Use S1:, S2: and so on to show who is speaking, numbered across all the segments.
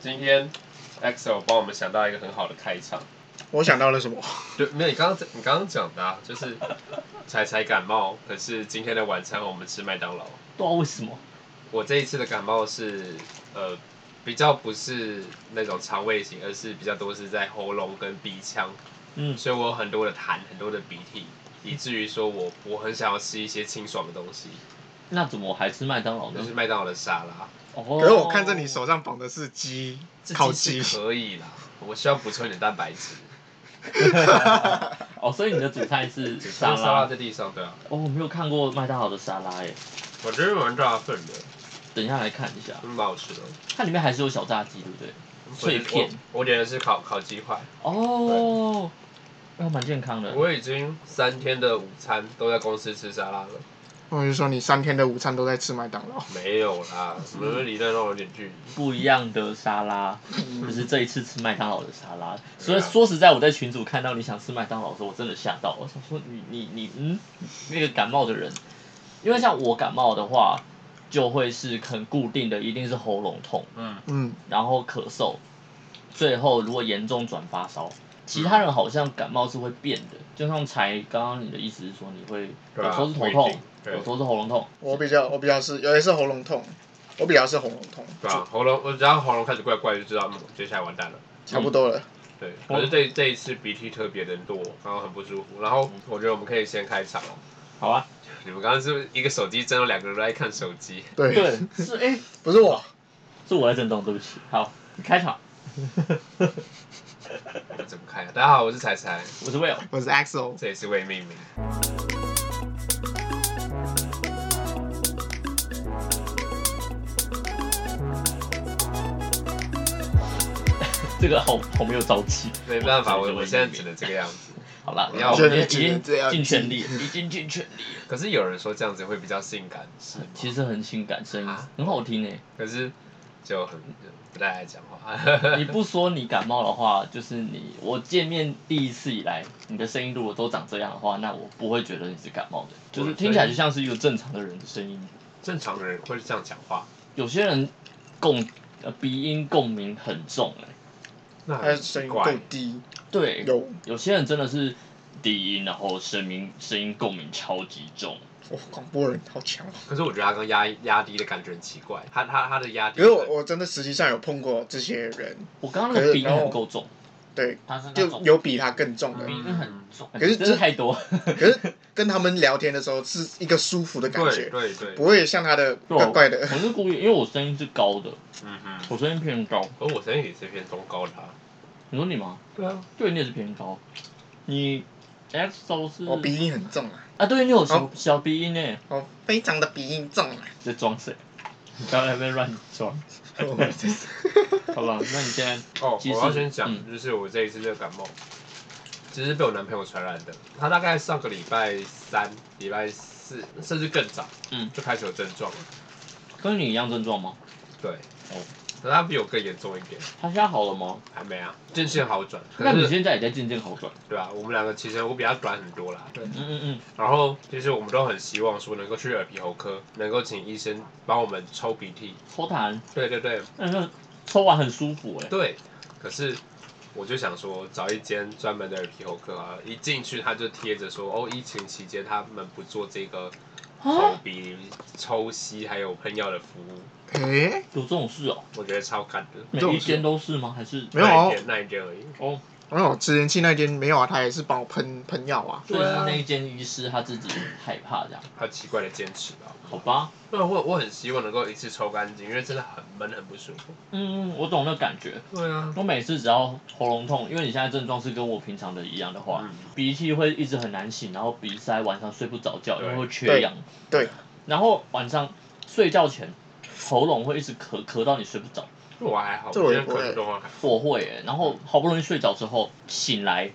S1: 今天 EXO 帮我们想到一个很好的开场，
S2: 我想到了什么？
S1: 对，没有你刚刚你刚刚讲的、啊，就是彩彩感冒，可是今天的晚餐我们吃麦当劳。
S3: 不知道为什么，
S1: 我这一次的感冒是呃比较不是那种肠胃型，而是比较多是在喉咙跟鼻腔，
S3: 嗯，
S1: 所以我有很多的痰，很多的鼻涕，以至于说我我很想要吃一些清爽的东西，
S3: 那怎么还吃麦当劳
S1: 就
S3: 呢
S1: 是？麦当劳的沙拉，
S3: 哦，
S2: 可是我看着你手上绑的是鸡，
S1: 这
S2: 烤
S1: 鸡
S2: 鸡，
S1: 是可以啦，我需要补充一点蛋白质。
S3: 哦，所以你的主菜是
S1: 沙
S3: 沙
S1: 拉
S3: 拉。
S1: 在地上，对啊，
S3: 哦，我没有看过麦当劳的沙拉耶，
S1: 我觉得蛮大份的，
S3: 等一下来看一下，
S1: 蛮好吃的。
S3: 它里面还是有小炸鸡，对不对？脆片
S1: 我，我点的是烤烤鸡块。
S3: 哦，那蛮健康的。
S1: 我已经三天的午餐都在公司吃沙拉了，
S2: 我就说你三天的午餐都在吃麦当劳。
S1: 没有啦，什么离那种有点距离。
S3: 不一样的沙拉，就是这一次吃麦当劳的沙拉。所以
S1: 对啊
S3: 说实在，我在群组看到你想吃麦当劳的时候，我真的吓到。我想说你你你嗯，那个感冒的人，因为像我感冒的话，就会是很固定的，一定是喉咙痛，
S1: 嗯，
S2: 嗯，
S3: 然后咳嗽，最后如果严重转发烧。其他人好像感冒是会变的，就像才刚刚你的意思是说你会有
S1: 对啊
S3: 时候是头
S1: 不一
S3: 痛
S1: 定，对
S3: 有时候是喉咙痛，
S2: 我比较我比较是，有一次喉咙痛，我比较是喉咙痛，
S1: 对啊，喉咙我只要喉咙开始怪怪，就知道嗯，接下来完蛋了。
S2: 差不多了。
S1: 对，可是这这一次鼻涕特别的多，然后很不舒服。然后我觉得我们可以先开场了。
S3: 好啊，
S1: 你们刚刚是不是一个手机震动，两个人都在看手机？
S2: 对，
S3: 对，是哎、
S2: 不是我，
S3: 是我在震动，对不起。好，开场，
S1: 我们怎么开啊？大家好，我是彩彩，
S3: 我是 Will。
S2: 我是 XO。
S1: 这也是未命名。
S3: 这个好好没有朝气。
S1: 没办法，我我现在只能这个样子。
S3: 好啦，
S1: 你要
S3: 我们
S2: 觉得
S3: 已经
S2: 这样
S3: 尽全力，已经尽全力。
S1: 可是有人说这样子会比较性感，是吗？
S3: 其实很性感，声音
S1: 啊
S3: 很好听诶。
S1: 可是就很不太爱讲话。
S3: 你不说你感冒的话，就是你我见面第一次以来，你的声音如果都长这样的话，那我不会觉得你是感冒的，就是听起来就像是一个正常的人的声音。
S1: 正常人会这样讲话，
S3: 有些人共呃鼻音共鸣很重诶，
S1: 那
S2: 他的
S1: 很奇
S2: 声音够
S1: 怪。
S2: 低，
S3: 对，
S2: 有
S3: 有些人真的是低音，然后声音声音共鸣超级重。
S2: 哇，广播人好强哦。
S1: 可是我觉得他刚压压低的感觉很奇怪，他他他的压低
S2: 可是我我真的实际上有碰过这些人，
S3: 我刚刚那个鼻音很够重，
S2: 对，
S3: 他是那
S2: 就
S3: 种
S2: 有比他更重的，
S3: 鼻音很重，
S2: 可是
S3: 哎真的太多，
S2: 可是跟他们聊天的时候是一个舒服的感
S1: 对
S2: 觉，
S1: 对对，
S2: 不会像他的怪怪的。
S3: 我是故意，因为我声音是高的，
S1: 嗯哼。
S3: 我声音偏高。
S1: 而我声音也是偏中高的啊。
S3: 你说你吗？
S1: 对啊，
S3: 对，你也是偏高。你 XO 是
S2: 我哦鼻音很重啊，
S3: 啊，对你有小、
S2: 哦
S3: 小鼻音呢，
S2: 我非常的鼻音重啊。
S3: 在装谁？你刚才在那边乱装，
S2: 哦
S3: 好吧？那你现在
S1: 哦，
S3: 其实
S1: 我要先讲，
S3: 嗯
S1: 就是我这一次这个感冒，其实是被我男朋友传染的。他大概上个礼拜三、礼拜四，甚至更早，
S3: 嗯
S1: 就开始有症状了。
S3: 跟你一样症状吗？
S1: 对，
S3: 哦
S1: 可是他比我更严重一点，
S3: 他现在好了吗？
S1: 还没啊，渐渐好转。
S3: 那
S1: 可
S3: 你
S1: 是
S3: 现在也在渐渐好转。
S1: 对啊，我们两个其实我比他短很多啦。对，
S3: 嗯嗯嗯，
S1: 然后其实我们都很希望说能够去耳鼻喉科，能够请医生帮我们抽鼻涕。
S3: 抽痰，
S1: 对对对
S3: 那个抽完很舒服哎。
S1: 对，可是我就想说找一间专门的耳鼻喉科啊，一进去他就贴着说哦，疫情期间他们不做这个口
S3: 啊，
S1: 鼻抽吸还有喷药的服务，
S2: 诶，
S3: 有这种事哦？
S1: 我觉得超干的。
S3: 每
S2: 这种
S3: 一
S2: 事
S3: 间都是吗？还是
S2: 没有啊
S1: 那一间那一间而已。
S3: 哦？
S2: 没有，之前去那间没有啊，他也是帮我喷喷药啊。
S3: 所以
S1: 对
S3: 是
S1: 啊
S3: 那一间医师他自己害怕这样，
S1: 他奇怪的坚持吧，
S3: 好吧？
S1: 那我我很希望能够一次抽干净，因为真的很闷很不舒服。
S3: 嗯，我懂那感觉。
S1: 对啊，
S3: 我每次只要喉咙痛，因为你现在症状是跟我平常的一样的话，
S1: 嗯
S3: 鼻涕会一直很难醒，然后鼻塞，晚上睡不着觉，因
S1: 对
S3: 为会缺氧。
S2: 对，
S3: 然后晚上睡觉前，喉咙会一直咳咳到你睡不着，
S1: 这我还好，
S2: 这我
S1: 今
S2: 也
S1: 天可能
S2: 不
S1: 状况还好。
S3: 我会耶、然后好不容易睡着之后醒来，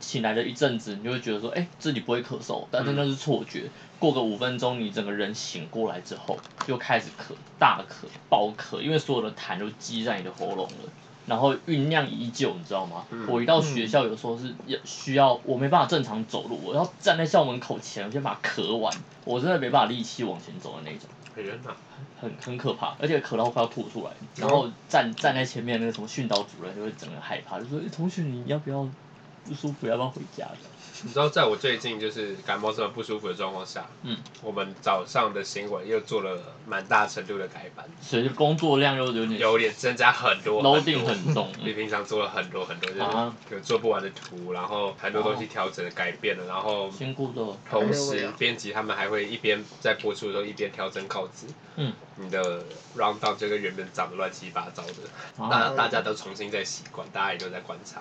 S3: 醒来了一阵子，你就会觉得说，哎、自己不会咳嗽，但是那是错觉。过个五分钟，你整个人醒过来之后，又开始咳，大咳、爆咳，因为所有的痰都积在你的喉咙了。然后酝酿已久，你知道吗？
S1: 嗯
S3: 我一到学校，有时候是要需要，我没办法正常走路，我要站在校门口前，我先把它咳完，我真的没办法力气往前走的那种。
S1: 很热闹，
S3: 很很可怕，而且渴到快要吐出来。
S1: 嗯
S3: 然后站站在前面那个什么训导主任就会整个害怕，就说：“欸、同学，你要不要不舒服？要不要回家？”的。
S1: 你知道，在我最近就是感冒这么不舒服的状况下，
S3: 嗯，
S1: 我们早上的新闻又做了蛮大程度的改版，
S3: 所以就工作量又有点
S1: 有点增加很多
S3: 嗯 loading
S1: 多
S3: 很重。
S1: 比平常做了很多很多，就
S3: 啊
S1: 是有做不完的图，然后很多东西调整改变了，然后
S3: 先顾着
S1: 同时编辑他们还会一边在播出的时候一边调整稿子，
S3: 嗯，
S1: 你的 round down 就跟原本长得乱七八糟的，
S3: 啊，
S1: 大大家都重新在习惯，大家也都在观察，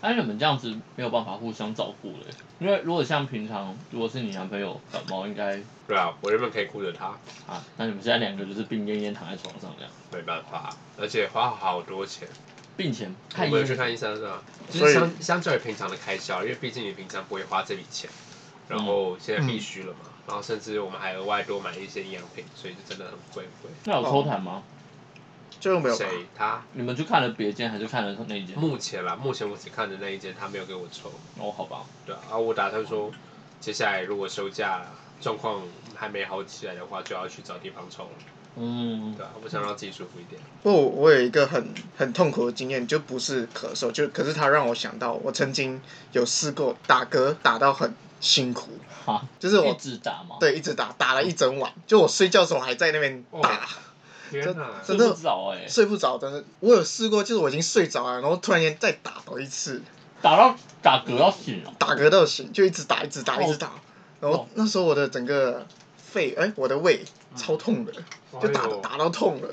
S3: 哎、你们这样子没有办法互相照顾嘞，因为如果像平常，如果是你男朋友感冒，应该
S1: 对啊，我原本可以顾着他，
S3: 啊，那你们现在两个就是病恹恹躺在床上这样，
S1: 没办法，而且花好多钱，
S3: 病前
S1: 我
S3: 看医
S1: 们有去
S3: 生，
S1: 看医生啊，就
S2: 所
S1: 是
S2: 以
S1: 相相较于平常的开销，因为毕竟你平常不会花这笔钱，然后现在必须了嘛，然后甚至我们还额外多买一些营养品，所以就真的很贵很贵。
S3: 那有
S1: 哦
S3: 抽痰吗？
S2: 最后没有吧？
S1: 谁？他
S3: 你们去看了别间还是看了那一间？
S1: 目前啦，目前我只看的那一间，他没有给我抽。
S3: 哦，好吧，
S1: 对啊，啊我打算说，接下来如果休假状况还没好起来的话，就要去找地方抽了。
S3: 嗯，
S1: 对啊，我想让自己舒服一点。
S2: 不，我有一个很很痛苦的经验，就不是咳嗽，就可是它让我想到，我曾经有试过打嗝打到很辛苦，
S3: 哈，
S2: 就是
S3: 一
S2: 我
S3: 直打嘛，，
S2: 对一直打打了一整晚，就我睡觉的时候还在那边打，
S3: 哦
S1: 天哪！
S2: 这
S3: 睡不着哎、
S2: 睡不着，但是我有试过，就是我已经睡着了，然后突然间再打倒一次，
S3: 打到打嗝要醒啊了，
S2: 打嗝到醒，就一直打一直打一直打，然
S3: 哦
S2: 后那时候我的整个肺哎、我的胃
S3: 嗯
S2: 超痛的，就打
S1: 哎呦
S2: 打到痛了，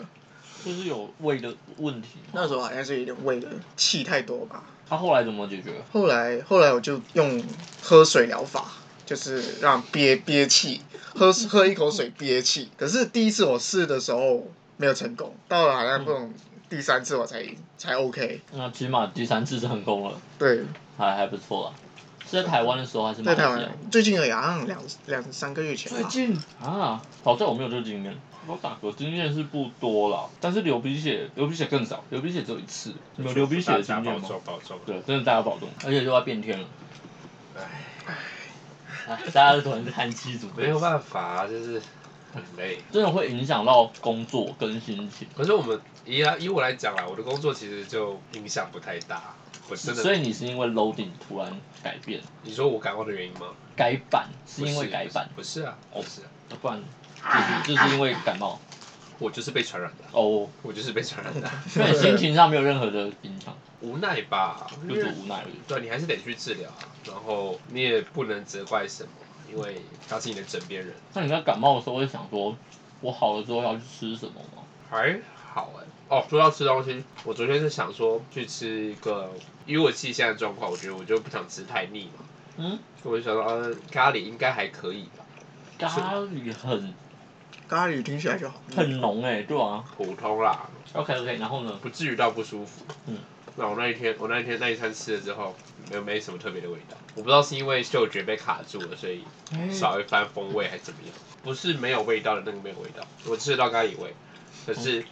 S3: 就是有胃的问题。
S2: 那时候好像是有点胃的气太多吧，
S3: 他后来怎么解决？
S2: 后来后来我就用喝水疗法，就是让憋憋气，喝喝一口水憋气。可是第一次我试的时候没有成功，到了好
S1: 嗯
S2: 像不懂第三次我才才 OK。
S3: 那起码第三次成功了，
S2: 对，
S3: 还还不错啊。是在台湾的时候还是马
S2: 在台
S3: 来西亚
S2: 湾？最近而已，好像两两三个月前
S3: 啊最
S2: 吧。
S3: 近啊，好在我没有这个经验。我打嗝经验是不多啦，但是流鼻血，流鼻血更少，流鼻血只有一次。你有流鼻血的经验
S1: 保
S3: 吗？
S1: 重保重。
S3: 对，真的大家保重，而且又要变天了。
S1: 唉，
S3: 哎，大家都突然叹气组
S1: 没有办法啊，就是很累。
S3: 真的会影响到工作跟心情，
S1: 可是我们以啊来以我来讲啦，我的工作其实就影响不太大。我真的，
S3: 所以你是因为 loading 突然改变
S1: 你说我感冒的原因吗？
S3: 改版，是
S1: 不
S3: 因为改版，
S1: 不是啊，
S3: 哦
S1: 不是啊，
S3: 不然就是啊就是因为感冒
S1: 我就是被传染的啊，
S3: 哦，
S1: 我就是被传染 的啊，
S3: 所以心情上没有任何的影响，
S1: 无奈吧，因
S3: 就
S1: 为
S3: 是无奈而已。
S1: 对你还是得去治疗啊，然后你也不能责怪什么，因为他是你的枕边人，
S3: 那你在感冒的时候会想说，我好了之后要去吃什么吗？
S1: 还好哎、哦，说到吃东西，我昨天是想说去吃一个，以我自己现在的状况，我觉得我就不想吃太腻嘛，
S3: 嗯，
S1: 我就想说，呃，咖喱应该还可以吧，
S3: 咖喱很
S2: 咖喱听起来就好。
S3: 很浓哎、对啊。
S1: 普通啦，
S3: OK OK，然后呢？
S1: 不至于到不舒服。
S3: 嗯，
S1: 那我那一天，我那一天那一餐吃了之后，没有没什么特别的味道。我不知道是因为嗅觉被卡住了，所以
S3: 哎
S1: 少一番风味还是怎么样？不是没有味道的那个没有味道，我吃得到咖喱味，可是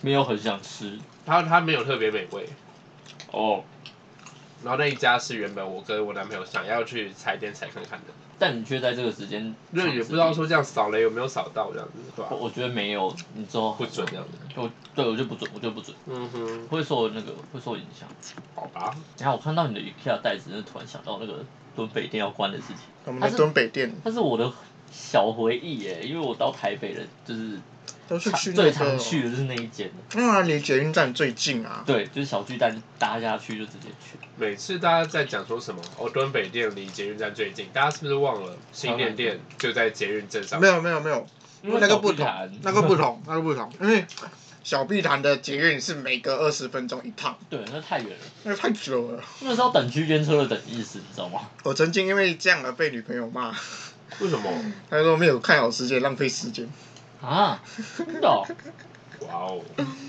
S3: 没有很想吃
S1: 它它没有特别美味。
S3: 哦，
S1: 然后那一家是原本我跟我男朋友想要去踩点踩看看的，
S3: 但你却在这个时间，
S1: 那也不知道，说这样扫雷有没有扫到这样子，对吧
S3: 我？我觉得没有，你之后
S1: 不准这样子。
S3: 我对我就不准，我就不准，
S1: 嗯哼，
S3: 会受那个会受影响。
S1: 好吧，
S3: 然后我看到你的 IKEA 袋子，真的突然想到那个敦北店要关的事情，
S2: 我们的敦北店
S3: 它是我的小回忆耶，因为我到台北的，就是
S2: 都是
S3: 常
S2: 去那
S3: 最常
S2: 个，
S3: 去的就是那一间，
S2: 因为它离捷运站最近啊。
S3: 对，就是小巨蛋搭下去就直接去。
S1: 每次大家在讲说什么哦，敦北店离捷运站最近，大家是不是忘了新店店就在捷运站上
S2: 没？有没有没有，
S3: 因为
S2: 那个
S3: 小
S2: 不
S3: 巨
S2: 同
S3: 蛋，
S2: 那个不同，那个不同，因为小碧潭的捷运是每隔二十分钟一趟，
S3: 对，那太远了，
S2: 那个太久了。
S3: 那时候等区间车的等意思，你知道吗？
S2: 我曾经因为这样而被女朋友骂，
S1: 为什么？
S2: 她说没有看好时间，浪费时间。
S3: 啊，真 的哦、
S1: 哇哦，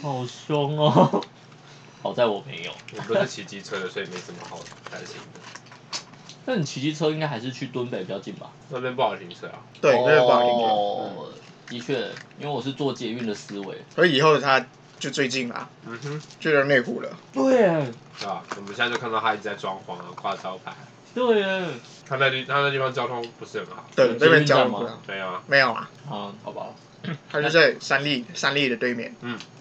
S3: 好凶哦！好在我没有。
S1: 我们都是骑机车的，所以没什么好担心的。
S3: 那你骑机车应该还是去敦北比较近吧？
S1: 那边不好停车啊，
S2: 对，那个不好听的。
S3: 哦，的确，因为我是做捷运的思维。
S2: 所以以后她就最近啊，
S1: 嗯哼，
S2: 就在内湖了。
S3: 对，
S1: 对吧？我们现在就看到他一直在装潢啊，挂招牌，
S3: 对耶，
S1: 他那地他那地方交通不是很好。
S2: 对
S3: 有，
S2: 那
S3: 捷
S2: 边
S3: 运
S2: 交
S3: 站
S2: 通不
S3: 吗
S2: 了，
S1: 对啊，
S2: 没有啊，
S3: 啊，好吧，
S2: 它就在三立三立的对面。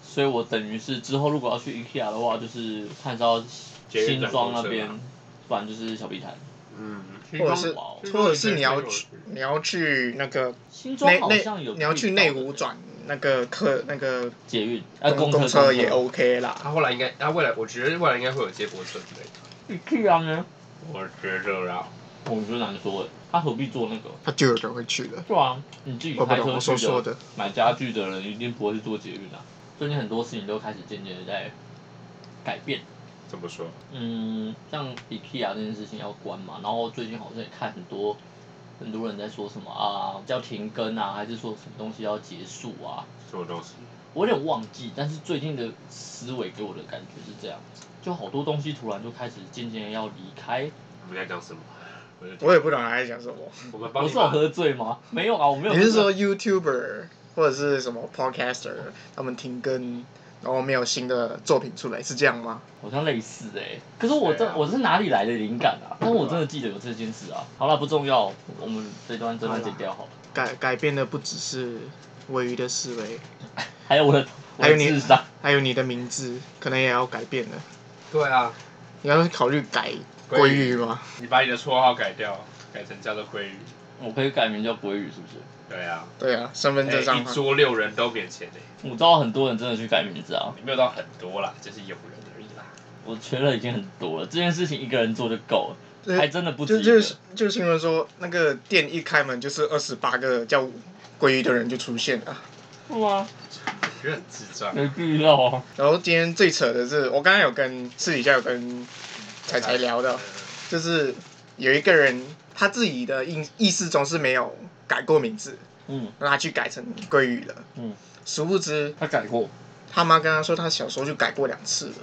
S3: 所以我等于是之后如果要去 IKEA 的话，就是看是要
S1: 捷运
S3: 新
S1: 站
S3: 庄那
S1: 公车
S3: 边
S1: 吧，
S3: 不然就是小碧潭。
S1: 嗯，
S2: 或者是
S3: 或
S2: 或者是你要去你要去那个
S3: 新庄
S2: 内
S3: 好
S2: 内
S3: 像有，
S2: 你要去内湖转那个客那个
S3: 捷运，啊，
S2: 公
S3: 公
S2: 车也
S3: 公
S2: OK 啦。
S1: 他后来应该，他未来我觉得未来应该会有接驳车之类的。
S3: IKEA 呢？
S1: 我觉得啦，
S3: 我觉得难说哎，他何必做那个？
S2: 他就有人会去的，
S3: 对啊，你自己
S2: 我不
S3: 开
S2: 懂，
S3: 车
S2: 我说
S3: 去
S2: 说
S3: 的，
S2: 的。
S3: 买家具的人一定不会去做捷运啊。最近很多事情都开始渐渐的在改变。
S1: 怎么说？
S3: 嗯，像 IKEA 这件事情要关嘛，然后最近好像也看很多很多人在说什么啊，要停更啊，还是说什么东西要结束啊，
S1: 什么东西？
S3: 我有点忘记，但是最近的思维给我的感觉是这样，就好多东西突然就开始渐渐地要离开。
S1: 我们在讲什么？我就
S2: 我也不懂他在讲什么。
S1: 我们帮
S3: 我
S1: 你
S3: 是有
S1: 把
S3: 喝醉吗？没有啊，我没有喝
S2: 你
S3: 醉。
S2: 是说 YouTuber 或者是什么 Podcaster 他们停更，然后没有新的作品出来，是这样吗？
S3: 好像类似哎、可是我
S1: 对
S3: 这、
S1: 啊
S3: 我是哪里来的灵感啊？但我真的记得有这件事啊。好了，不重要，我们这段真的剪掉好了。
S2: 改改变的不只是尾鱼的思维，
S3: 还有我的我
S2: 还有
S3: 的
S2: 你
S3: 智商，
S2: 还有你的名字可能也要改变了。
S1: 对啊，
S2: 你要考虑改
S1: 鲑
S2: 鲑
S1: 鱼
S2: 鱼吗？
S1: 你把你的绰号改掉，改成叫做鲑鱼。
S3: 我可以改名叫国语是不是？
S1: 对啊，
S2: 对啊，身份证
S1: 哎
S2: 上
S1: 一桌六人都免钱诶，
S3: 我知道很多人真的去改名字啊，
S1: 没有到很多啦，就是有人而已啦。
S3: 我觉得已经很多了。这件事情一个人做就够了，还
S2: 对
S3: 真的不止
S2: 就
S3: 一
S2: 就
S3: 个。
S2: 是就新闻说，那个店一开门就是二十八个叫鲑鱼的人就出现了。
S3: 是
S1: 我
S3: 吗？
S1: 觉得很智障。
S3: 没必要啊。
S2: 然后今天最扯的是，我刚刚有跟私底下有跟彩彩聊的
S1: 嗯，，
S2: 就是有一个人他自己的意意识中是没有改过名字，
S3: 嗯，
S2: 让他去改成鲑鱼了。
S3: 嗯，
S2: 殊不知
S3: 他改过，
S2: 他妈跟他说，他小时候就改过两次了，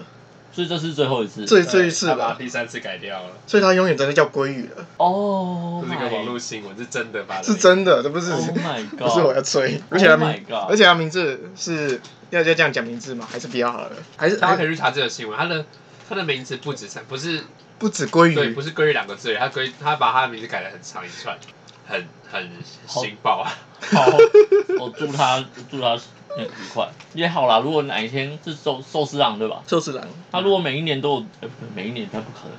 S3: 所以这是最后一次。
S2: 这 这一次
S1: 他把
S2: 了，
S1: 第三次改掉了，
S2: 所以他永远真的叫鲑鱼了，
S3: 哦、
S1: 这
S3: oh、
S1: 是一个网
S3: my
S1: 络新闻，是真的吧？
S2: 是真的，这不是
S3: Oh my
S2: 不是我
S3: god！Oh
S2: 要吹，而且他
S3: my
S2: 名
S3: god
S2: 而且他名字是要要这样讲名字吗？还是比较好了，还是
S1: 大家
S2: 还
S1: 可
S2: 是
S1: 以去查这个新闻，他的他的名字不止三，不是
S2: 不止鲑
S1: 对，
S2: 鱼
S1: 不，是鲑鱼两个字而已，他鲑他把他的名字改得很长一串，很很新爆啊！
S3: 好，我祝他祝他那个愉快也好啦。如果哪一天是寿寿司郎对吧？
S2: 就是狼，
S3: 他如果每一年都有，呃、不每一年他不可能。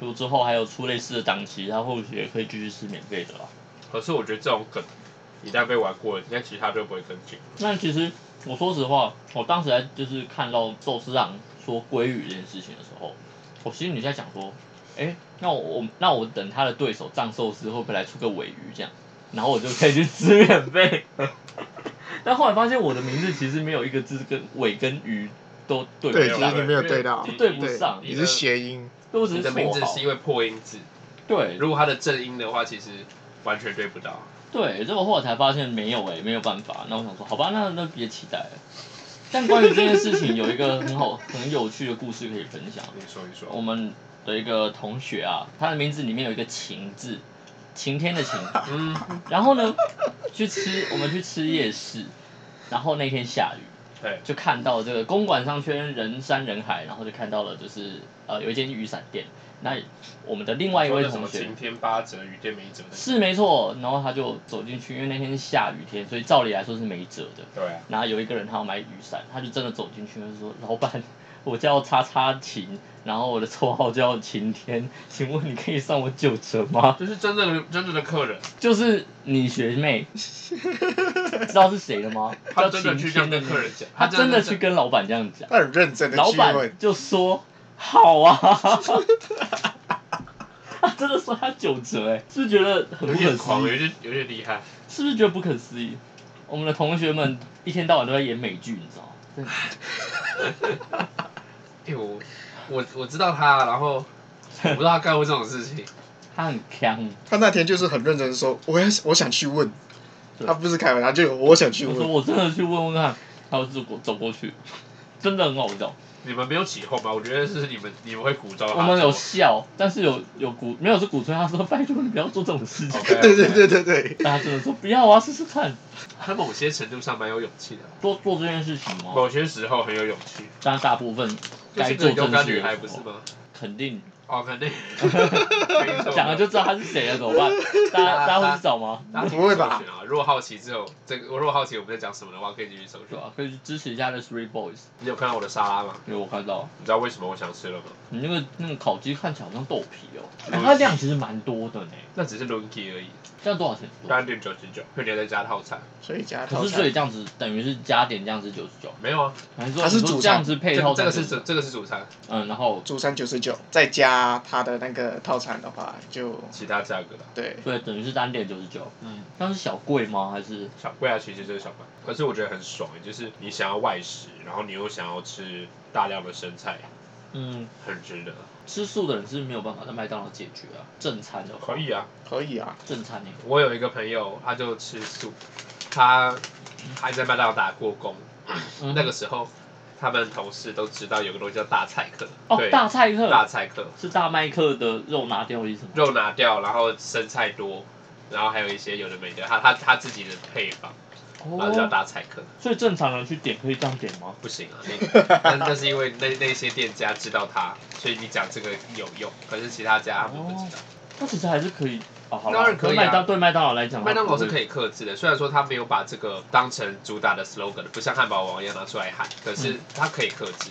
S3: 如果之后还有出类似的档期，他或许也可以继续吃免费的啦。
S1: 可是我觉得这种梗一旦被玩过，那其他就不会跟进。
S3: 那其实我说实话，我当时在就是看到寿司郎说鲑鱼这件事情的时候，我心里在想说，哎、那我我那我等他的对手藏寿司会不会来出个尾鱼这样，然后我就可以去吃免费。 但后来发现我的名字其实没有一个字跟尾跟鱼都对
S2: 对，
S3: 不
S2: 其
S1: 啦
S2: 实
S3: 上，
S2: 你没有对到
S1: 因为，
S3: 对不
S2: 对
S3: 上，
S2: 你是谐音，
S3: 都只
S1: 你
S3: 是
S1: 的名
S3: 绰
S1: 字
S3: 号
S1: 是。因为破音字，
S3: 对
S1: 如果它的正音的话，其实完全对不到。
S3: 对，这我后来才发现没有哎、没有办法。那我想说，好吧，那那别期待了。但关于这件事情，有一个很好很有趣的故事可以分享。
S1: 你说一说，
S3: 我们的一个同学啊，他的名字里面有一个“晴”字，晴天的晴。
S1: 嗯，
S3: 然后呢，去吃我们去吃夜市，然后那天下雨，
S1: 对，
S3: 就看到这个公馆商圈人山人海，然后就看到了就是呃有一间雨伞店，那我们的另外一
S1: 说
S3: 位
S1: 那什
S3: 同
S1: 么
S3: 学
S1: 晴天八折，雨天没折的，
S3: 是没错，然后他就走进去，因为那天是下雨天，所以照理来说是没辙的。
S1: 对啊，
S3: 然后有一个人他要买雨伞，他就真的走进去，他就说：“老板，我叫叉叉晴，然后我的绰号叫晴天，请问你可以上我九折吗
S1: 就是真正的真正的客人，？”
S3: 就是你学妹，知道是谁了吗？
S1: 他
S3: 叫
S1: 真
S3: 晴
S1: 的去这
S3: 天
S1: 样
S3: 的
S1: 跟
S3: 女
S1: 客人讲，
S3: 他真的
S1: 是
S3: 去跟老板这样讲，
S2: 他很认真的
S3: 老
S2: 去问
S3: 板。就说：“好啊。” 他真的说他九折哎、是不是觉得
S1: 有
S3: 很不可
S1: 点
S3: 思
S1: 狂，欸
S3: 议
S1: 有。点有点厉害。
S3: 是不是觉得不可思议？我们的同学们一天到晚都在演美剧，你知道吗？
S1: 哎、我我我知道他，然后我不知道他干过这种事情，
S3: 他很强，
S2: 他那天就是很认真地说，我要我想去问，
S3: 对
S2: 他不是开玩笑，就有我想去
S3: 我说
S2: 问。
S3: 我真的去问问看，他就走走过去， 真的很好笑。
S1: 你们没有起哄吧？我觉得是你们你们会鼓噪他做。
S3: 我们有笑，但是有有鼓没有是鼓吹他说拜托你不要做这种事情。
S1: OK
S2: 对对对对对，
S3: 大家真的说不要啊，试试看，
S1: 他某些程度上蛮有勇气的，
S3: 多做这件事情嘛。
S1: 某些时候很有勇气。
S3: 但大部分
S1: 就
S3: 该
S1: 是
S3: 做
S1: 个
S3: 正
S1: 勇敢
S3: 事
S1: 女孩
S3: 的
S1: 不
S3: 时
S1: 是
S3: 候，
S1: 吗？
S3: 肯定
S1: 哦，肯定，没错
S3: 讲了就知道他是谁了，怎么 办？大家大家会去找吗？
S1: 大家可以
S2: 不会吧
S1: 搜寻啊！如果好奇之后，这个我如果好奇我们在讲什么的话，可以继续搜
S3: 对
S1: 寻。
S3: 啊，可以去支持一下那 Three Boys，
S1: 你有看到我的沙拉吗？
S3: 因为我看到
S1: 你知道为什么我想吃了吗？
S3: 你那个那个烤鸡看起来好像豆皮哦，
S1: 嗯
S3: 哎它量其实蛮多的呢，
S1: 那只是 Lunky 而已，
S3: 这样多少钱？
S1: 单点九十九，而且你还在加套餐。
S2: 所以加
S3: 可
S2: 套
S3: 是所以
S2: 餐。
S3: 这样子等于是加点这样子九十九，
S1: 没有啊，
S3: 还是说
S2: 它是
S3: 你说
S2: 主
S3: 这
S2: 餐
S3: 样子配
S1: 这
S3: 套
S1: 个这
S3: 餐
S1: 个是
S3: 就是
S1: 主这个是主餐，
S3: 嗯，然后
S2: 主餐九十九，再加他的那个套餐的话，就
S1: 其他价格啦。
S2: 对，
S3: 对，等于是单点九十九，
S1: 嗯，
S3: 那是小贵吗？还是
S1: 小贵啊，其实就是小贵，可是我觉得很爽，就是你想要外食，然后你又想要吃大量的生菜，
S3: 嗯，
S1: 很值得。
S3: 吃素的人是没有办法在麦当劳解决啊，正餐的话
S1: 可以啊，
S2: 可以啊。
S3: 正餐那个
S1: 我有一个朋友，他就吃素，他还在麦当劳打过工，
S3: 嗯
S1: 那个时候他们同事都知道有个东西叫大菜客，
S3: 哦
S1: 对，
S3: 大菜
S1: 大
S3: 客
S1: 菜客，
S3: 是大麦克的肉拿掉的意思吗？
S1: 肉拿掉，然后生菜多，然后还有一些有的没的，他他他自己的配方，然后叫
S3: 哦，
S1: 大菜客，
S3: 所以正常人去点可以这样点吗？
S1: 不行啊， 那但那是因为那那些店家知道他，所以你讲这个有用，可是其他家他们不知道。
S3: 那其实还是可以哦，好啦
S1: 当然可以啊
S3: 麦当对麦当劳来讲，
S1: 麦当劳是
S3: 以。
S1: 可以克制的，虽然说他没有把这个当成主打的 slogan，不像汉堡王一样拿出来喊，可是他可以克制。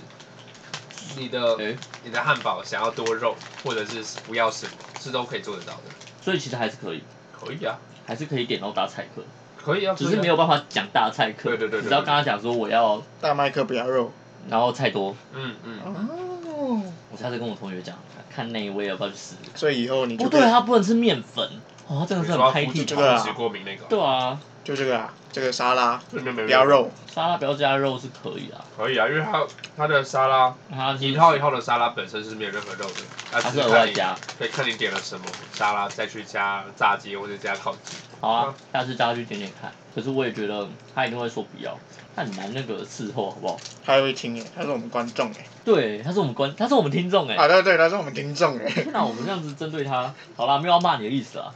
S1: 你的
S3: 哎
S1: 你的汉堡想要多肉，或者是不要什么，是都可以做得到的。
S3: 所以其实还是可以，
S1: 可以啊，
S3: 还是可以点到大菜客，
S1: 可以啊，
S3: 只是没
S1: 有，
S3: 有办法讲大菜客。
S1: 对对对对
S3: 只要跟他讲说我要，
S2: 大麦克不要肉
S3: 然后菜多，
S1: 嗯嗯，
S2: 哦，
S3: 我下次跟我同学讲，看那一位要不要去试。
S2: 所以以后你就
S3: 不
S2: 可以
S3: 哦对，啊他不能吃面粉，哦，他真的
S1: 你
S3: 是
S1: 说
S3: 很
S1: 要
S3: 拍
S1: 扶
S3: 地
S1: 持
S2: 这
S3: 盘。
S2: 个啊
S1: 扶持过敏那个，
S3: 对啊，
S2: 就这个啊，这个沙拉
S1: 没有没有
S2: 不要，肉，
S3: 沙拉不要加肉是可以啊，
S1: 可以啊，因为它它的沙拉
S3: 他是
S1: 一套一套的沙拉本身是没有任何肉的，它
S3: 他
S1: 只
S3: 是
S1: 是
S3: 额
S1: 看
S3: 外
S1: 你
S3: 加。
S1: 对，看你点了什么沙拉，再去加炸鸡或者加烤鸡。
S3: 好啊
S1: 嗯，
S3: 下次大家去点点看。可是我也觉得他一定会说不要，他很难那个伺候，好不好？
S2: 他会听耶，他是我们观众耶。
S3: 对，他是我们观，他是我们听众哎、
S2: 啊，对对，他是我们听众耶。
S3: 天哪，我们这样子针对他，好啦，没有 要骂你的意思啊，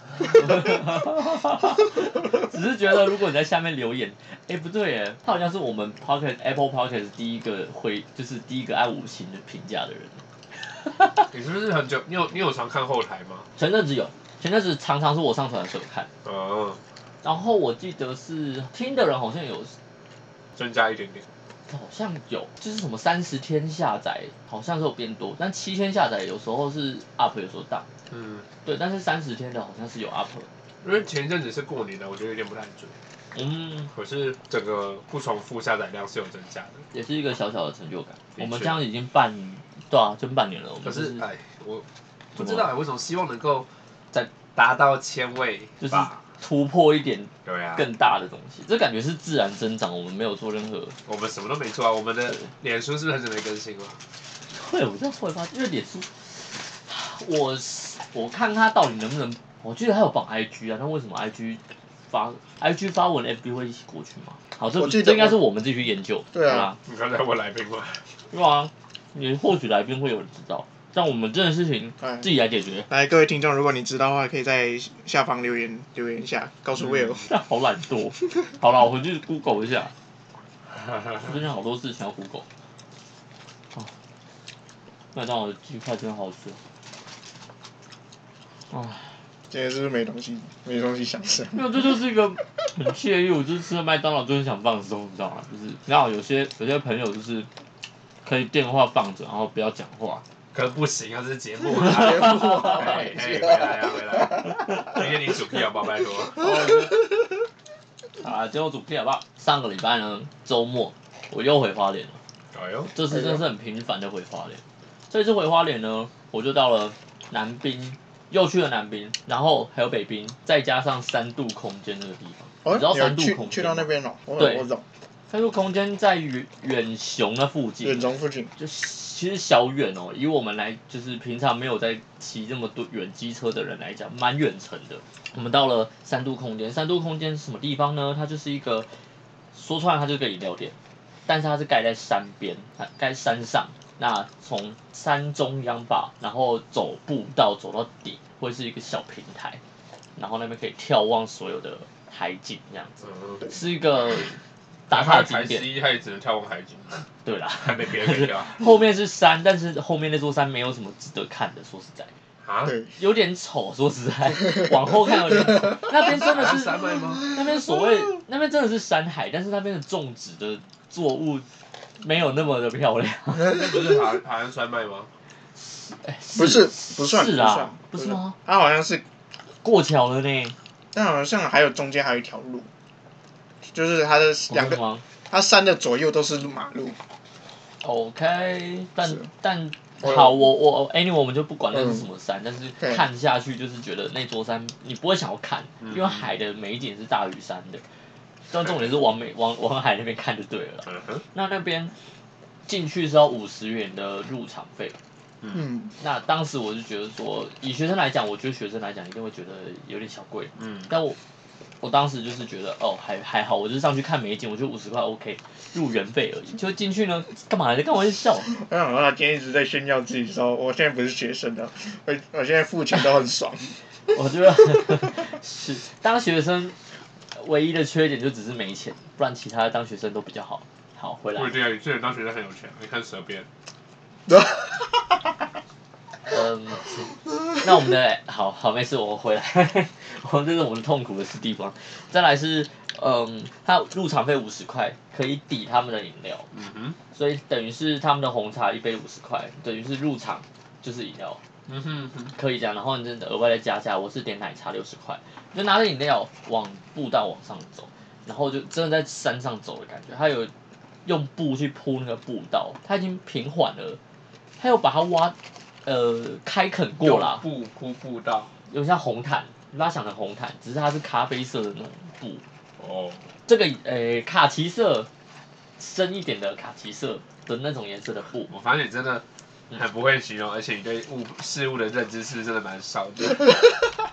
S3: 只是觉得如果你在下面留言，哎、不对耶，他好像是我们 Pocket Apple Pocket 第一个会，就是第一个按五星的评价的人。
S1: 你是不是很久？你有你有常看后台吗？
S3: 前阵子有，前阵子常常是我上传的时候看，
S1: 嗯，
S3: 然后我记得是听的人好像有，
S1: 增加一点点。
S3: 好像有，就是什么三十天下载，好像是有变多，但七天下载有时候是 up，有时候 down，
S1: 嗯，
S3: 对，但是三十天的好像是有 up，
S1: 因为前一阵子是过年的，我觉得有点不太准。
S3: 嗯。
S1: 可是整个不重复下载量是有增加的。
S3: 也是一个小小的成就感。
S1: 确
S3: 我们这样已经半，对啊，真半年了。我们
S1: 可
S3: 就是是
S1: 哎，我不知道哎，我总希望能够
S3: 再
S1: 达到千位
S3: 就是
S1: 吧。
S3: 突破一点
S1: 对啊，
S3: 更大的东西，这感觉是自然增长，我们没有做任何。
S1: 我们什么都没做啊。我们的
S3: 对
S1: 脸书是不是很久没更新了？啊
S3: 会，我这样会发现，因为脸书， 我我看他到底能不能，我记得他有绑 IG 啊，那为什么 IG 发 IG 发文，FB 会一起过去吗？好，这
S2: 我记得
S3: 这应该
S2: 我
S3: 是我们自己去研究，
S2: 对啊
S3: 吧？
S1: 你刚才我来宾吗？
S3: 对啊，你或许来宾会有人知道，但我们这件事情
S2: 哎
S3: 自己来解决，
S2: 来，各位听众，如果你知道的话，可以在下方留言留言一下，告
S3: 嗯
S2: 诉 Will。
S3: 但好懒惰。好了，我回去 Google 一下。最近好多事情要 Google。啊，麦当劳的鸡块真好吃。啊，
S2: 今天是不是没东西没东西想吃？
S3: 没有，这就是一个很惬意。我就是吃了麦当劳就很想放松，你知道吗？就是，你知道有些有些朋友就是可以电话放着，然后不要讲话。
S1: 可能不行啊，这是节目啊。
S2: 节目啊
S1: 哎哎，回来啊，回来！今天你主 P 好不好？拜托。
S3: 啊，进入主题 好不好？上个礼拜呢，周末我又回花莲了。
S1: 哎呦，
S3: 这次真是很频繁的回花莲。这次回花莲呢，我就到了南滨，又去了南滨，然后还有北滨，再加上三度空间那个地方。
S2: 哦，
S3: 你知道
S2: 有
S3: 三度空
S2: 去
S3: 间
S2: 去到那边了？哦我
S3: 对
S2: 我懂，
S3: 三度空间在远远雄那附
S2: 远
S3: 近，
S2: 中附近。
S3: 就其实小远哦，以我们来就是平常没有在骑这么多远机车的人来讲，蛮远程的。我们到了三度空间，三度空间是什么地方呢？它就是一个说穿了它就是个饮料店，但是它是盖在山边，它盖山上。那从山中央吧，然后走步道走到底，会是一个小平台，然后那边可以眺望所有的海景这样子。
S1: 嗯，
S3: 是一个打
S1: 还
S3: 卡
S1: 有
S3: 的景
S1: 台十
S3: 点。
S1: 一，他也只能眺望海景，
S3: 对啦，
S1: 还没别的 可以跳
S3: 后面是山，但是后面那座山没有什么值得看的，说实在，
S1: 啊。
S2: 对，
S3: 有点丑。说实在， 往后看有点丑。那边真的
S1: 啊
S3: 是嗯
S1: 山脉吗？
S3: 那边所谓那边真的是山海，但是那边的种植的作物没有那么的漂亮。
S1: 那不是海海岸山脉吗？
S3: 哎
S2: 不是不算
S3: 是
S2: 不
S3: 啊
S2: 算，
S3: 不是吗？
S2: 它好像是，
S3: 过桥了呢，
S2: 但好像还有中间还有一条路，就是它的
S3: 不
S2: 两
S3: 是
S2: 个，
S3: 哦吗
S2: 它山的左右都是马路。
S3: ？OK，但
S2: 是
S3: 但
S2: 我有
S3: 好，我我 anyway 我们就不管那
S2: 嗯
S3: 是什么山，但是
S2: 对
S3: 看下去就是觉得那座山你不会想要看，
S1: 嗯
S3: 因为海的美景是大于山的，但重点是往美往往海那边看就对了啦。
S1: 嗯哼，
S3: 那那边进去是要五十元的入场费，
S2: 嗯，
S3: 那当时我就觉得说，以学生来讲，我觉得学生来讲一定会觉得有点小贵，
S1: 嗯，
S3: 但我我当时就是觉得哦还还好，我就是上去看美景，我觉得五十块 OK，入园费而已。就进去呢，干嘛呢？干嘛去笑？
S2: 我想嗯说他今天一直在炫耀自己说，我现在不是学生了，我我现在付钱都很爽。
S3: 我觉得是当学生唯一的缺点就只是没钱，不然其他的当学生都比较好。好，回来
S1: 不一，定啊。你这人当学生很有钱，你看舌边，
S3: 嗯，那我们的好好没事，我回来， 我们这是我们痛苦的地方。再来是，嗯，它入场费五十块，可以抵他们的饮料。
S1: 嗯哼，
S3: 所以等于是他们的红茶一杯五十块，等于是入场就是饮料
S1: 嗯哼嗯哼，
S3: 可以这样，然后你真的额外再加价，我是点奶茶六十块，就拿着饮料往步道往上走，然后就真的在山上走的感觉，它有用布去铺那个步道，它已经平缓了，它又把它挖呃开垦过啦，
S1: 用布铺步道，
S3: 有点像红毯，你把它想成红毯，只是它是咖啡色的那种布，
S1: 哦，
S3: 这个呃卡其色深一点的卡其色的那种颜色的布。
S1: 我发现你真的很不会形容，而且你对物事物的认知是不是真的蛮少的？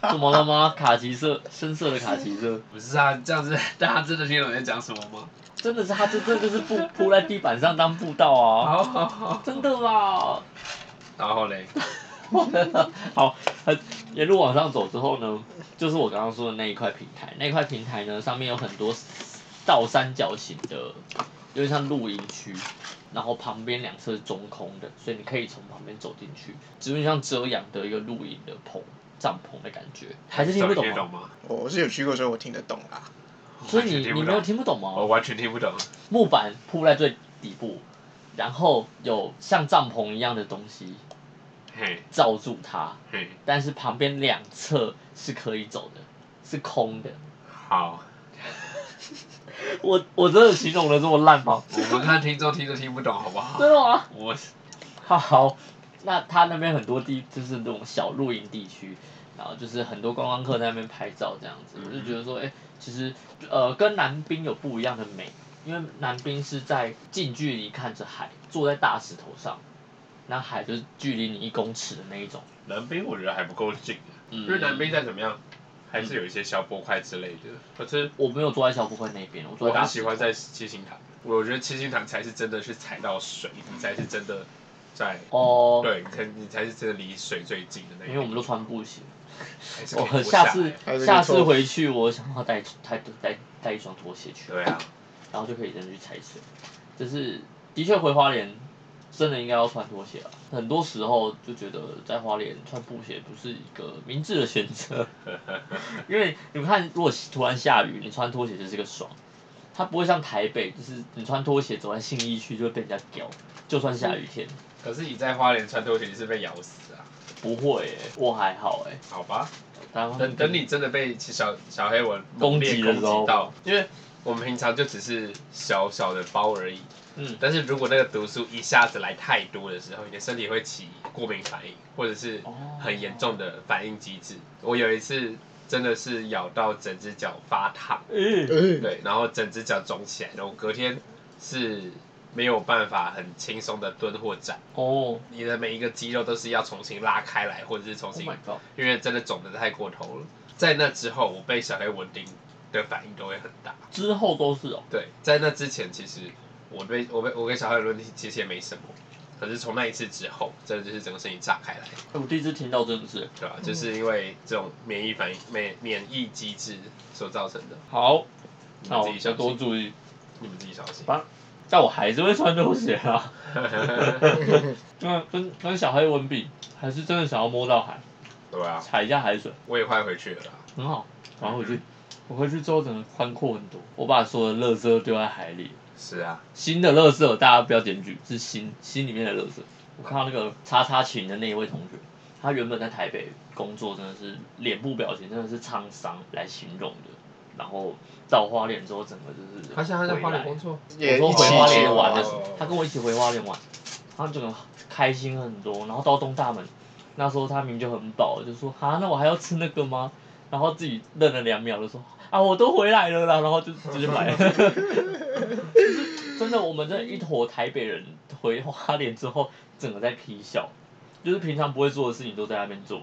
S3: 怎么了吗？卡其色，深色的卡其色，
S1: 不是啊，这样子大家真的听懂你在讲什么吗？
S3: 真的是它这这就是铺铺在地板上当步道啊，
S1: 好好好，
S3: 真的啦。
S1: 然后嘞，
S3: 好，呃，沿路往上走之后呢，就是我刚刚说的那一块平台，那一块平台呢上面有很多倒三角形的，有点像露营区，然后旁边两侧是中空的，所以你可以从旁边走进去，只是像遮阳的一个露营的棚帐篷的感觉，还是听不懂
S1: 这样你听得
S3: 吗？
S1: 懂吗？
S2: 我我是有去过，所以我听得懂啦。
S3: 所以
S1: 完全
S3: 你
S1: 听
S3: 你
S1: 不
S3: 没有
S1: 懂，
S3: 听不懂啊吗？
S1: 我完全听不懂。
S3: 木板铺在最底部，然后有像帐篷一样的东西
S1: 嘿，
S3: 罩住它，
S1: 嘿，
S3: 但是旁边两侧是可以走的，是空的。
S1: 好，
S3: 我我真的形容的这么烂吗？
S1: 我们看听众听都听不懂，好不 好
S3: 真？的吗？
S1: 我
S3: 好好，那他那边很多地就是那种小露营地区，然后就是很多观光客在那边拍照这样子，我就觉得说，哎、其实呃跟南滨有不一样的美，因为南滨是在近距离看着海，坐在大石头上，那海就是距离你一公尺的那一种。
S1: 南边我觉得还不够近，
S3: 嗯
S1: 因为南边再怎么样，还是有一些消波块之类的。可是
S3: 我没有坐在小部分那边，我坐
S1: 我
S3: 在大
S1: 很
S3: 石
S1: 喜
S3: 头
S1: 欢在七星潭，我觉得七星潭才是真的是踩到水，你才是真的在。
S3: 哦，
S1: 对，你才你才是真的离水最近的那一
S3: 因
S1: 个。
S3: 为我们都穿布鞋。
S1: 还是可以
S3: 我
S1: 活
S3: 下
S1: 来
S3: 次
S2: 还是可以
S3: 下次
S2: 脱
S3: 回去，我想要带带带带一双拖鞋去，
S1: 对啊，
S3: 然后就可以真的去踩水。就是的确回花莲，真的应该要穿拖鞋了。啊很多时候就觉得在花莲穿布鞋不是一个明智的选择， 因为你们看，如果突然下雨，你穿拖鞋就是个爽。它不会像台北，就是你穿拖鞋走在信义区就会被人家屌，就算下雨天。
S1: 可是你在花莲穿拖鞋你是被咬死啊，
S3: 不会、欸，我还好哎、
S1: 好吧？
S3: 然后
S1: 等等你真的被小小黑蚊
S3: 哦攻
S1: 猛
S3: 击
S1: 烈
S3: 的时候
S1: 攻击到，因为我们平常就只是小小的包而已，
S3: 嗯，
S1: 但是如果那个毒素一下子来太多的时候，你的身体会起过敏反应，或者是
S3: 哦
S1: 很严重的反应机制。我有一次真的是咬到整只脚发烫，
S3: 嗯，
S2: 嗯，
S1: 对，然后整只脚肿起来，然后隔天是没有办法很轻松的蹲或站。
S3: 哦
S1: 你的每一个肌肉都是要重新拉开来，或者是重
S3: ，Oh
S1: 新，
S3: my god，
S1: 因为真的肿的太过头了。在那之后，我被小黑蚊叮的反应都会很大。
S3: 之后都是哦，
S1: 对，在那之前，其实我被我被我跟小黑蚊叮其实也没什么，可是从那一次之后，真的就是整个身体炸开来，
S3: 哎我第一次听到真的是。
S1: 对吧、就是因为这种免疫反应、免免疫机制所造成的。
S3: 好，
S1: 你
S3: 那
S1: 们
S3: 我
S1: 自己
S3: 要
S1: 小
S3: 多
S1: 心。
S3: 注意。
S1: 你们自己小心。
S3: 吧但我还是会穿拖鞋啊。 对啊，跟跟小黑文比，还是真的想要摸到海，
S1: 对啊，
S3: 踩一下海水，
S1: 我也快回去了啦。
S3: 很好。然后回去，我回去之后整个宽阔很多。我把所有的垃圾都丢在海里，
S1: 是啊，
S3: 新的垃圾大家不要检举，是新新里面的垃圾。我看到那个叉叉群的那一位同学，他原本在台北工作，真的是脸部表情真的是沧桑来形容的。然后到花莲之后，整个就是
S1: 他现在在花莲工
S3: 作，
S1: 作，
S2: 也
S3: 我
S2: 一
S3: 说回
S2: 起
S3: 花
S2: 一起
S3: 莲玩的时
S2: 哦
S3: 候，他跟我一起回花莲玩，他整个开心很多。然后到东大门，那时候他明明就很饱，就说啊，那我还要吃那个吗？然后自己愣了两秒，就说啊，我都回来了啦，然后就直接买了。 真的，我们这一坨台北人回花莲之后，整个在批笑，就是平常不会做的事情都在那边做，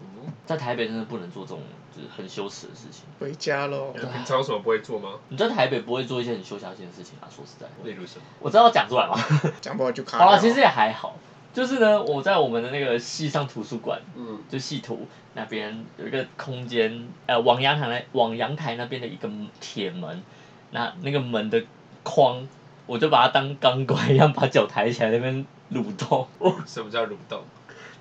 S1: 嗯，
S3: 在台北真的不能做这种就是很羞耻的事情。
S2: 回家喽。
S1: 你平常有什么不会做吗？
S3: 你在台北不会做一些很羞耻性的事情啊？说实在，
S1: 例如什么？
S3: 我知道讲出来吗？
S2: 讲不好就卡掉。
S3: 好了，其实也还好。就是呢，我在我们的那个系上图书馆，
S1: 嗯，
S3: 就系图那边有一个空间，呃，往阳台那往阳台那边的一个铁门，那那个门的框，我就把它当钢管一样，把脚抬起来那边蠕动，
S1: 什么叫蠕动？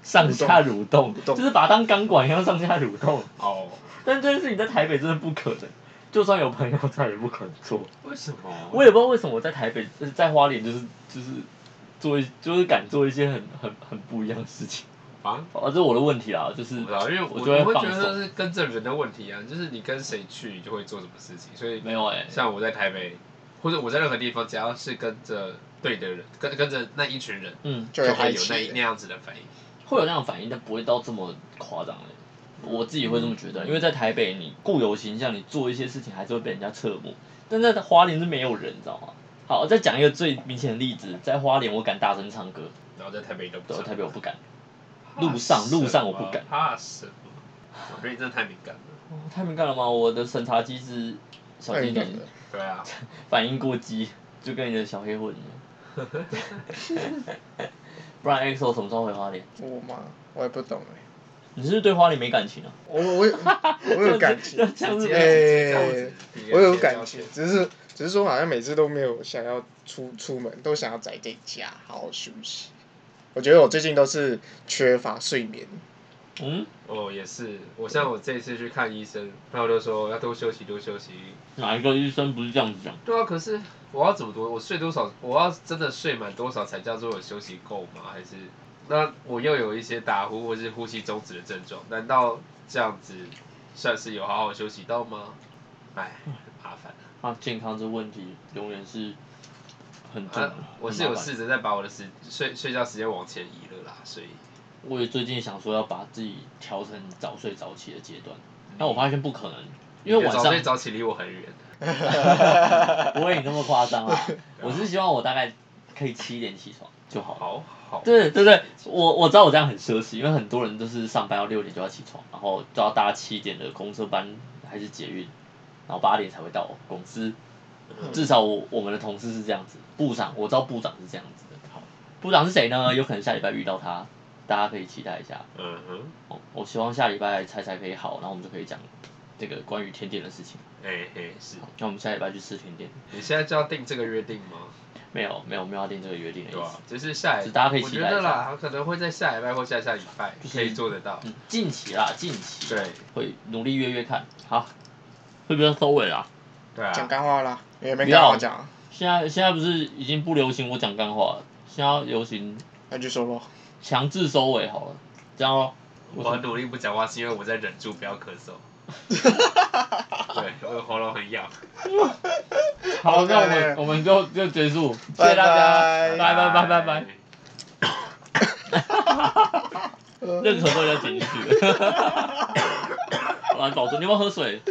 S3: 上下蠕动，
S2: 动
S3: 就是把它当钢管一样上下蠕动。
S1: 哦，
S3: 但这件事情在台北真的不可能，就算有朋友在也不可能做。
S1: 为什么？
S3: 我也不知道为什么我在台北，呃在花莲就是就是做一就是敢做一些很很很不一样的事情。
S1: 啊，
S3: 哦，这是我的问题啦，就是
S1: 我不知啊道，因为我
S3: 我
S1: 我
S3: 就会
S1: 会
S3: 放
S1: 觉得
S3: 松
S1: 是跟着人的问题啊，就是你跟谁去，你就会做什么事情。所以
S3: 没有哎、
S1: 像我在台北，或者我在任何地方，只要是跟着对的人，跟跟着那一群人，
S3: 嗯，
S2: 就
S1: 就
S2: 会
S1: 会
S2: 嗨
S1: 有
S2: 起
S1: 那一那
S2: 来。
S1: 样子的反应。
S3: 会有那种反应，但不会到这么夸张哎。我自己会这么觉得，因为在台北你固有形象，你做一些事情还是会被人家侧目，但在花莲是没有人，你知道吗？好，再讲一个最明显的例子，在花莲我敢大声唱歌，
S1: 然后在台北都不
S3: 对，
S1: 想
S3: 台北我不敢。路上路上我不敢
S1: 怕什么？我觉得你真的太敏感了。
S3: 哦、太敏感了吗？我的审查机制小
S2: 太
S3: 心一
S2: 敏
S3: 点
S2: 感，了，
S1: 对 啊，
S3: 反应过激，就跟你的小黑混一样。 不然 EXO 什么时候回花莲？
S2: 我嘛，我也不懂哎。
S3: 你是不是对花莲没感情啊？
S2: 我我 有我有感情，
S3: 那这样子
S1: 直接
S2: 哎
S1: 这样子直接
S2: 我有
S1: 直接
S2: 感
S1: 道
S2: 情
S1: 歉，
S2: 只是只是说好像每次都没有想要出出门，都想要宅在家好好休息。我觉得我最近都是缺乏睡眠，
S3: 嗯，
S1: 哦，也是，我像我这一次去看医生，然后就说要多休息，多休息。
S3: 哪一个医生不是这样子讲？
S1: 对啊，可是我要怎么多？我睡多少？我要真的睡满多少才叫做我休息够吗？还是那我又有一些打呼或是呼吸终止的症状？难道这样子算是有好好休息到吗？哎，很麻烦啊
S3: 啊，健康这问题永远是很重、
S1: 啊！我是有
S3: 很麻烦。
S1: 试着在把我的时睡睡觉时间往前移了啦，所以
S3: 我也最近想说要把自己调成早睡早起的阶段，
S1: 嗯
S3: 但我发现不可能，因为晚
S1: 早
S3: 上
S1: 睡早起离我很远。
S3: 不会你那么夸张 啊。我是希望我大概可以七点起床就好了。
S1: 好好，
S3: 对对对，我我知道我这样很奢侈，因为很多人都是上班要六点就要起床，然后就要搭七点的公车班还是捷运，然后八点才会到公司。
S1: 嗯
S3: 至少我我们的同事是这样子，部长我知道部长是这样子的。好，部长是谁呢？有可能下礼拜遇到他，大家可以期待一下。
S1: 嗯哼，
S3: 哦，我希望下礼拜菜菜可以好，然后我们就可以讲这个关于甜点的事情。
S1: 哎、嘿、是，
S3: 好，那我们下礼拜去吃甜点。
S1: 你现在就要定这个约定吗？
S3: 没有没有，没有要定这个约定的意
S1: 对啊
S3: 思
S1: 吧。？ 就是下
S3: 只
S1: 一，
S3: 大家可以
S1: 我
S3: 期
S1: 觉
S3: 待一
S1: 得
S3: 下。
S1: 啦，可能会在下礼拜或下下礼拜
S3: 就是
S1: 可以做得到。
S3: 嗯，近期啦，近期。
S1: 对
S3: 会努力约约看。好，会不会要收尾啦？
S1: 对
S2: 讲
S1: 啊，
S2: 干话啦，也没干话
S3: 不要
S2: 讲啊，
S3: 现在现在不是已经不流行我讲干话了，现在要流行
S2: 那就说咯。
S3: 强制收尾好了，这样哦。
S1: 我很努力不讲话，是因为我在忍住不要 咳嗽。对，我的喉咙很痒。
S3: 好，那我
S2: OK
S3: 们我们就就结束，谢谢大
S2: 拜
S3: 家，拜拜拜拜拜。。
S2: 呃
S3: 任何都要剪进去。好了，保证你有没有喝水？